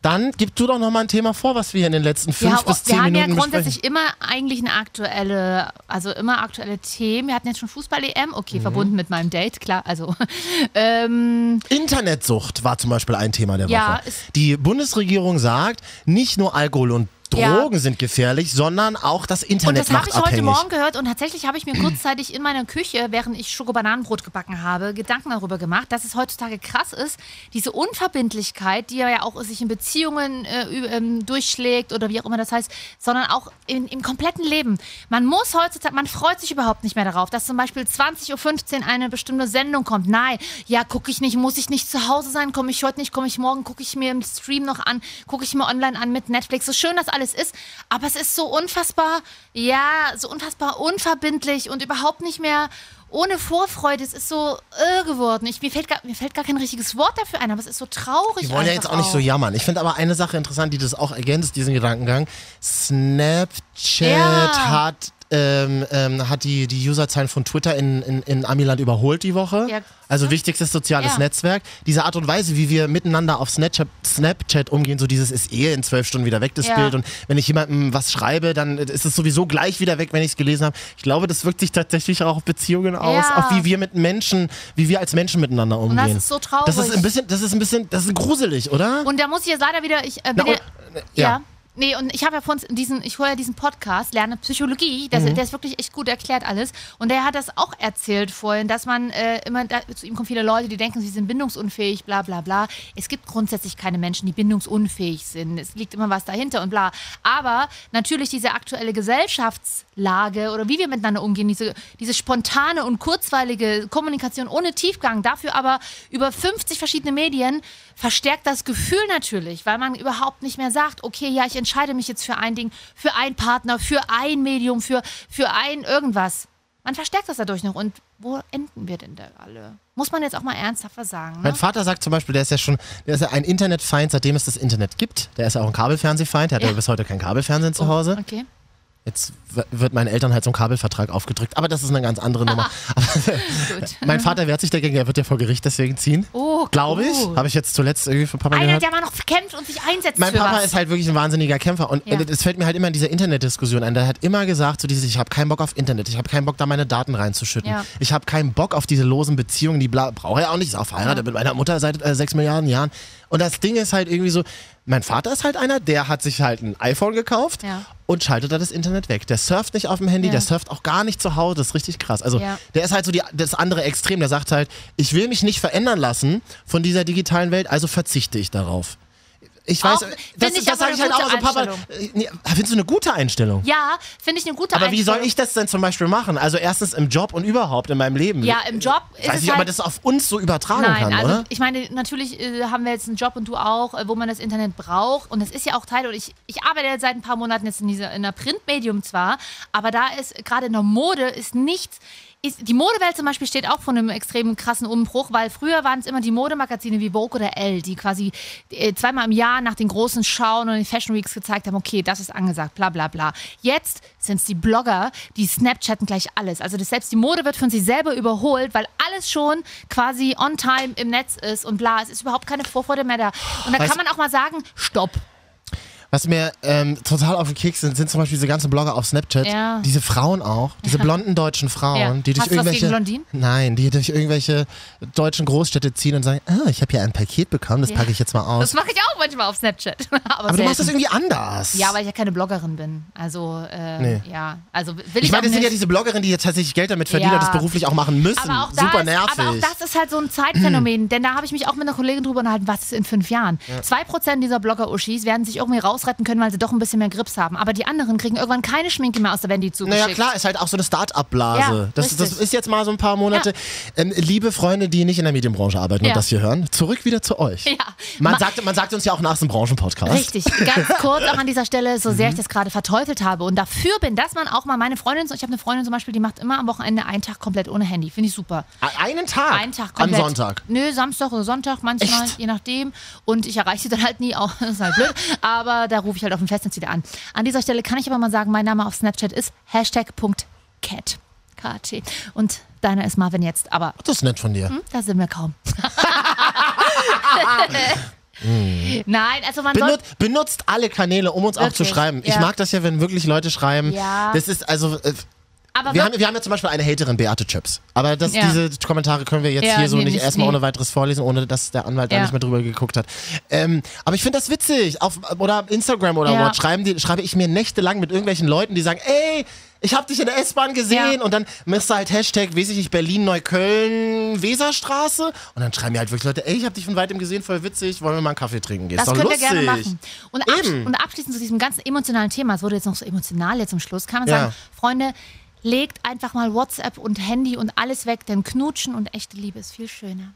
dann gib du doch nochmal ein Thema vor, was wir hier in den letzten fünf
Ja,
bis
wir
zehn
haben
Minuten
ja
besprechen.
grundsätzlich immer eigentlich eine aktuelle, also immer aktuelle Themen. Wir hatten jetzt schon Fußball-EM,
Mhm.
okay, verbunden mit meinem Date, klar. Also <laughs> ähm,
Internetsucht war zum Beispiel ein Thema der
Ja,
Woche.
es-
Die Bundesregierung sagt, nicht nur Alkohol und
Ja.
Drogen sind gefährlich, sondern auch das
und
Internet
das habe
macht
ich
abhängig.
heute Morgen gehört und tatsächlich habe ich mir kurzzeitig in meiner Küche, während ich Schokobananenbrot gebacken habe, Gedanken darüber gemacht, dass es heutzutage krass ist, diese Unverbindlichkeit, die ja auch sich in Beziehungen äh, ü- ähm, durchschlägt oder wie auch immer das heißt, sondern auch in, im kompletten Leben. Man muss heutzutage, man freut sich überhaupt nicht mehr darauf, dass zum Beispiel 20.15 Uhr eine bestimmte Sendung kommt. Nein, ja, gucke ich nicht, muss ich nicht zu Hause sein, komme ich heute nicht, komme ich morgen, gucke ich mir im Stream noch an, gucke ich mir online an mit Netflix. So schön das alles ist, aber es ist so unfassbar, ja, so unfassbar unverbindlich und überhaupt nicht mehr ohne Vorfreude. Es ist so irr geworden. Ich, mir, fällt gar, mir fällt gar kein richtiges Wort dafür ein, aber es ist so traurig.
Wir wollen ja
einfach
jetzt auch nicht so jammern. Ich finde aber eine Sache interessant, die das auch ergänzt, diesen Gedankengang. Snapchat
Ja.
hat, ähm, ähm, hat die, die Userzahlen von Twitter in, in, in Amiland überholt die Woche.
Ja.
Also wichtigstes soziales
Ja.
Netzwerk. Diese Art und Weise, wie wir miteinander auf Snapchat, Snapchat umgehen, so dieses ist eh in zwölf Stunden wieder weg, das
Ja.
Bild. Und wenn ich jemandem was schreibe, dann ist es sowieso gleich wieder weg, wenn ich es gelesen habe. Ich glaube, das wirkt sich tatsächlich auch auf Beziehungen aus,
Ja.
auf wie wir mit Menschen, wie wir als Menschen miteinander umgehen.
das ist so traurig.
Das ist ein bisschen, das ist ein bisschen, das ist gruselig, oder?
Und da muss ich jetzt leider wieder. Ich, äh, bin
Na,
ja,
und-
ja.
ja.
Nee, und ich habe ja von diesen, ich höre ja diesen Podcast, lerne Psychologie, das, der ist wirklich echt gut erklärt alles. Und der hat das auch erzählt vorhin, dass man äh, immer, da, zu ihm kommen viele Leute, die denken, sie sind bindungsunfähig, bla bla bla. Es gibt grundsätzlich keine Menschen, die bindungsunfähig sind. Es liegt immer was dahinter und bla. Aber natürlich diese aktuelle Gesellschaftslage oder wie wir miteinander umgehen, diese, diese spontane und kurzweilige Kommunikation ohne Tiefgang, dafür aber über 50 verschiedene Medien verstärkt das Gefühl natürlich, weil man überhaupt nicht mehr sagt, okay, ja, ich entscheide mich jetzt für ein Ding, für einen Partner, für ein Medium, für, für ein irgendwas. Man verstärkt das dadurch noch. Und wo enden wir denn da alle? Muss man jetzt auch mal ernsthaft was sagen. Ne?
Mein Vater sagt zum Beispiel, der ist ja schon, der ist ja ein Internetfeind, seitdem es das Internet gibt. Der ist ja auch ein Kabelfernsehfeind, der hat ja,
Ja. Oh
bis heute kein Kabelfernsehen zu Hause.
Okay.
Jetzt w- wird meinen Eltern halt so ein Kabelvertrag aufgedrückt, aber das ist eine ganz andere
<laughs>
Nummer. aber,
Gut.
<laughs> mein Vater wehrt sich dagegen, er wird ja vor Gericht deswegen ziehen.
Oh,
Glaube ich.
gut. Ah,
Habe ich jetzt zuletzt irgendwie von Papa
Einer,
gehört.
der mal noch kämpft und sich einsetzt
Mein
für
Papa
was.
ist halt wirklich ein wahnsinniger Kämpfer und
Ja.
äh, es fällt mir halt immer in dieser Internetdiskussion ein. Der hat immer gesagt, so dieses, ich habe keinen Bock auf Internet, ich habe keinen Bock, da meine Daten reinzuschütten.
Ja.
Ich habe keinen Bock auf diese losen Beziehungen, die bla- brauche ich auch nicht. Ich bin auch verheiratet mit meiner Mutter seit äh, sechs Milliarden Jahren. Und das Ding ist halt irgendwie so, mein Vater ist halt einer, der hat sich halt ein iPhone gekauft
Ja.
und schaltet da das Internet weg. Der surft nicht auf dem Handy,
Ja.
der surft auch gar nicht zu Hause. Das ist richtig krass. Also
Ja.
der ist halt so die, das andere Extrem, der sagt halt, ich will mich nicht verändern lassen von dieser digitalen Welt, also verzichte ich darauf. Ich weiß,
Auch-
das,
finde ich
das sage
aber
ich
eine
halt auch so,
gute
Papa, äh, nee, findest du eine gute Einstellung?
ja, finde ich eine gute
aber wie soll
Einstellung.
ich das denn zum Beispiel machen? Also erstens im Job und überhaupt in meinem Leben.
Ja, im Job ist
Weiß
es
nicht,
halt
ob man das auf uns so übertragen
Nein,
kann,
also
oder?
ich meine, natürlich äh, haben wir jetzt einen Job und du auch, äh, wo man das Internet braucht. Und das ist ja auch Teil, und ich, ich arbeite jetzt seit ein paar Monaten jetzt in dieser in der Printmedium zwar, aber da ist gerade in der Mode ist nichts. Ist, die Modewelt zum Beispiel steht auch vor einem extremen krassen Umbruch, weil früher waren es immer die Modemagazine wie Vogue oder Elle, die quasi äh, zweimal im Jahr nach den großen Schauen und den Fashion Weeks gezeigt haben, okay, das ist angesagt, bla bla bla. Jetzt sind es die Blogger, die Snapchatten gleich alles. Also das, selbst die Mode wird von sich selber überholt, weil alles schon quasi on time im Netz ist und bla. Es ist überhaupt keine Vorfreude mehr da. Und da
Weißt-
kann man auch mal sagen, stopp.
Was mir ähm, total auf den Keks sind, sind zum Beispiel diese ganzen Blogger auf Snapchat.
Ja.
Diese Frauen auch, diese blonden deutschen Frauen,
Ja.
die durch
Hast du was
irgendwelche.
gegen Blondinen?
Nein, die durch irgendwelche deutschen Großstädte ziehen und sagen, ah, ich habe hier ein Paket bekommen, das
Ja.
packe ich jetzt mal aus.
Das mache ich auch manchmal auf Snapchat. <laughs> aber
Aber du machst das
selten.
irgendwie anders.
ja, weil ich ja keine Bloggerin bin. Also, äh,
Nee.
ja. Also, will ich,
ich
auch
meine, das
nicht.
sind ja diese Bloggerinnen, die jetzt tatsächlich Geld damit verdienen
Ja.
und das beruflich auch machen müssen.
Aber auch, da
Super
ist,
nervig.
aber auch das ist halt so ein Zeitphänomen, denn da habe ich mich auch mit einer Kollegin drüber unterhalten, was ist in fünf Jahren? Zwei Prozent dieser Blogger-Uschis werden sich irgendwie rausretten können, weil sie doch ein bisschen mehr Grips haben. Aber die anderen kriegen irgendwann keine Schminke mehr aus der Wendy zugeschickt.
Naja, klar, ist halt auch so eine Start-up-Blase.
Ja,
das, das
richtig.
ist jetzt mal so ein paar Monate. Ähm, liebe Freunde, die nicht in der Medienbranche arbeiten
Ja.
und das hier hören, zurück wieder zu euch.
Ja.
Man,
Ma-
sagt, man sagt uns ja auch nach dem Branchenpodcast.
Richtig,
<laughs>
ganz kurz auch an dieser Stelle, so
Mhm.
sehr ich das gerade verteufelt habe und dafür bin, dass man auch mal meine Freundin, ich habe eine Freundin zum Beispiel, die macht immer am Wochenende einen Tag komplett ohne Handy. Finde ich super.
Einen Tag.
Einen Tag komplett.
Am Sonntag.
Nö, Samstag oder Sonntag manchmal,
Echt?
je nachdem. Und ich erreiche sie dann halt nie, auch <laughs> das ist halt blöd. Aber da rufe ich halt auf dem Festnetz wieder an. An dieser Stelle kann ich aber mal sagen, mein Name auf Snapchat ist hashtag.cat. KT. Und deiner ist Marvin jetzt, aber
Das ist nett von dir.
da sind wir
<laughs>
kaum. <laughs> Nein, also man soll.
Benut, benutzt alle Kanäle, um uns auch zu
Wirklich,
schreiben. Ich
ja.
mag das ja, wenn wirklich Leute schreiben.
Ja.
Das ist also. äh,
Aber
Wir
wir
haben, wir haben ja zum Beispiel eine Haterin, Beate Chips. Aber das,
Ja.
diese Kommentare können wir jetzt
Ja,
hier so
nee,
nicht
nicht-
erstmal
nee.
ohne weiteres vorlesen, ohne dass der Anwalt da
Ja.
nicht mehr drüber geguckt hat. Ähm, aber ich finde das witzig. Auf, oder Instagram oder
Ja.
what schreiben die, schreibe ich mir nächtelang mit irgendwelchen Leuten, die sagen, ey, ich habe dich in der S-Bahn gesehen
Ja.
und dann machst du halt Hashtag, weiß ich nicht, Berlin-Neukölln-Weserstraße und dann schreiben mir halt wirklich Leute, ey, ich habe dich von weitem gesehen, voll witzig, wollen wir mal einen Kaffee trinken gehen.
das
ist doch
könnt ihr
lustig.
gerne machen. Und, absch
Eben.
und abschließend zu diesem ganzen emotionalen Thema, es wurde jetzt noch so emotional jetzt zum Schluss, kann man
Ja.
sagen, Freunde, legt einfach mal WhatsApp und Handy und alles weg, denn Knutschen und echte Liebe ist viel schöner.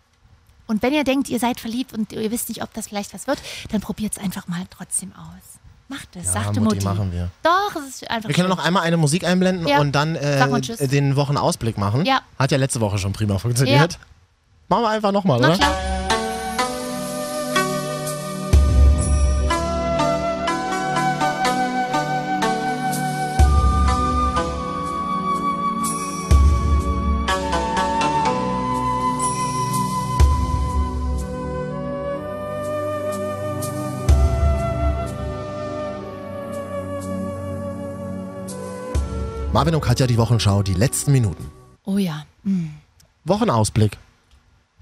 Und wenn ihr denkt, ihr seid verliebt und ihr wisst nicht, ob das vielleicht was wird, dann probiert es einfach mal trotzdem aus. Macht es, sagte
Mutti,
Mutti.
machen wir.
Doch, es ist einfach
Wir können
schön.
noch einmal eine Musik einblenden
Ja.
und dann
Sag mal
äh,
Tschüss.
den Wochenausblick machen.
Ja.
Hat ja letzte Woche schon prima funktioniert.
Ja.
Machen wir einfach nochmal,
Na
oder?
klar.
Marvin und Katja, die Wochenschau, die letzten Minuten.
Oh ja.
Wochenausblick.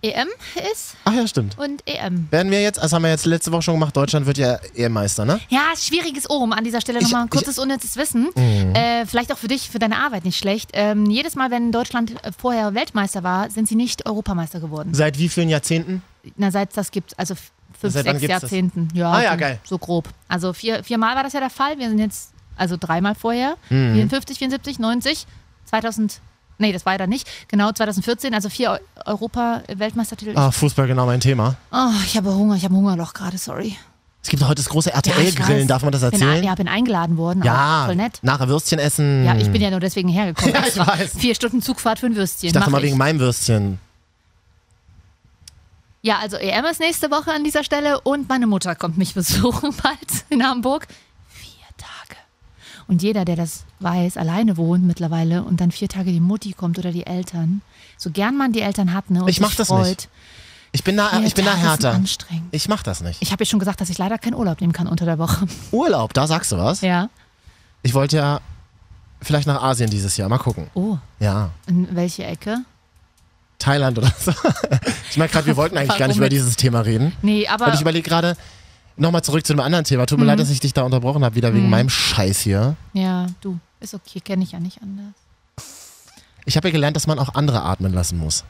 EM ist
Ach ja, stimmt.
und E EM.
Werden wir jetzt, das haben wir jetzt letzte Woche schon gemacht, Deutschland wird ja Ehemeister, ne?
Ja, schwieriges Ohm an dieser Stelle
Ich-
nochmal. ein
ich- Mhm.
Kurzes unnützes Wissen. Äh, vielleicht auch für dich, für deine Arbeit nicht schlecht. Ähm, jedes Mal, wenn Deutschland äh, vorher Weltmeister war, sind sie nicht Europameister geworden.
Seit wie vielen Jahrzehnten?
Na, seit das gibt, also f- fünf,
Seit wann
sechs
gibt's das?
Jahrzehnten. Ja,
Ah ja,
so,
geil.
so grob. Also vier, viermal war das ja der Fall. Wir sind jetzt, also dreimal vorher.
Mhm.
54, 74, 90, 2000. Nee, das war ja dann nicht. Genau, 2014, also vier Eu- Europa-Weltmeistertitel.
Ah, Fußball genau mein Thema.
Oh, ich habe Hunger, ich habe Hungerloch gerade, sorry.
Es gibt heute das große
ich
RTL-Grillen,
weiß.
darf man das
Bin ein,
erzählen?
ja, bin eingeladen worden.
Ja,
auch. voll nett.
nachher Würstchen essen.
Ja, ich bin ja nur deswegen
Hm.
hergekommen.
<laughs> Ja, ich
extra.
weiß.
Vier Stunden Zugfahrt für ein Würstchen.
Ich dachte
mach
mal wegen meinem Würstchen.
Ja, also EM ist nächste Woche an dieser Stelle und meine Mutter kommt mich besuchen <laughs> bald in Hamburg. Vier Tage. Und jeder, der das weiß, alleine wohnt mittlerweile und dann vier Tage die Mutti kommt oder die Eltern, so gern man die Eltern hat, ne? Und
Ich
sich
mach das
freut,
nicht. Ich bin da,
Vier
ich bin da
Tage sind
härter.
Anstrengend.
Ich mach das nicht.
Ich habe jetzt schon gesagt, dass ich leider keinen Urlaub nehmen kann unter
<laughs>
der Woche.
Urlaub, da sagst du was.
Ja.
Ich wollte ja vielleicht nach Asien dieses Jahr. Mal gucken.
Oh,
Ja.
in welche Ecke?
Thailand oder so. Ich merke gerade, wir wollten eigentlich gar nicht über
Warum
dieses Thema reden.
Nee, aber
Und ich überlege gerade, nochmal zurück zu einem anderen Thema. Tut mir
Mhm.
leid, dass ich dich da unterbrochen habe, wieder wegen meinem Scheiß hier.
ja, du, ist okay, kenne ich ja nicht anders.
Ich habe ja gelernt, dass man auch andere atmen lassen muss.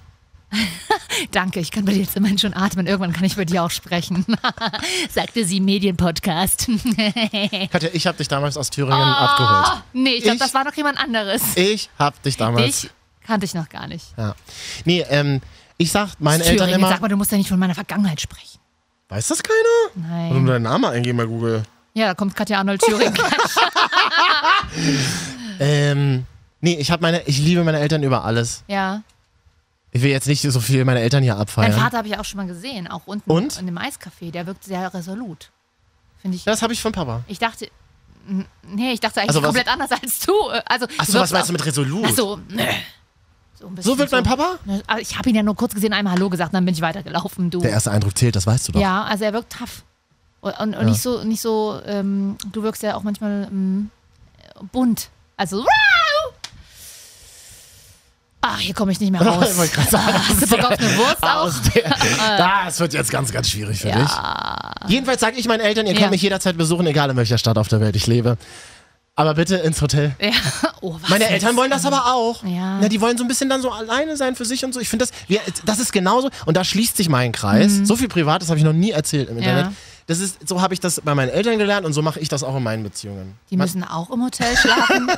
Danke, ich kann bei dir jetzt immerhin schon atmen. Irgendwann kann ich bei dir auch sprechen. <laughs> Sagte sie im Medienpodcast. <laughs> Äh.
Katja, ich habe dich damals aus Thüringen abgeholt.
nee, ich glaube,
Ich-
das war noch jemand anderes.
Ich habe dich damals.
Dich kannte ich noch gar nicht.
Ja. Nee, ähm, ich sag meinen Eltern
Thüringen,
immer.
sag mal, du musst ja nicht von meiner Vergangenheit sprechen.
Weiß das keiner? Wenn du
Nein.
deinen Namen eingeben bei Google.
Ja, da kommt Katja
<laughs>
Arnold Thüringen.
Ähm, nee, ich habe meine, ich liebe meine Eltern über alles.
ja.
Ich will jetzt nicht so viel meine Eltern hier abfeiern.
Deinen Vater habe ich auch schon mal gesehen, auch unten
Ah, Und?
in dem Eiscafé. Der wirkt sehr resolut. Finde ich.
Das habe ich von Papa.
Ich dachte. Nee, ich dachte eigentlich
Also was-
komplett anders als du. Also,
Achso, was meinst du mit resolut?
Achso, nö. So, ein bisschen
So wird mein Papa?
Ne, Aber ich habe ihn ja nur kurz gesehen, einmal Hallo gesagt, und dann bin ich weitergelaufen, du.
Der erste Eindruck zählt, das weißt du doch.
ja, also er wirkt tough. Und, und, und
Ja.
nicht so, nicht so ähm, du wirkst ja auch manchmal ähm, bunt. Also, ach, hier komme
<laughs>
ich nicht mehr raus.
<laughs>
Ah,
Ich wollte gerade sagen,
<laughs>
Ah,
Hast du Bock auf eine Wurst auch?
Aus
<laughs>
der, das wird jetzt ganz, ganz schwierig für dich. Jedenfalls sage ich meinen Eltern, ihr
Ja.
könnt mich jederzeit besuchen, egal in welcher Stadt auf der Welt ich lebe. Aber bitte ins Hotel.
Ja. Oh, was
Meine
jetzt?
Eltern wollen das aber auch.
Ja.
Na, die wollen so ein bisschen dann so alleine sein für sich und so. Ich finde das, wir, das ist genauso. Und da schließt sich mein Kreis. So viel Privates habe ich noch nie erzählt im
Mhm. Ja.
Internet. Das ist, so habe ich das bei meinen Eltern gelernt und so mache ich das auch in meinen Beziehungen.
Die müssen auch im Hotel schlafen.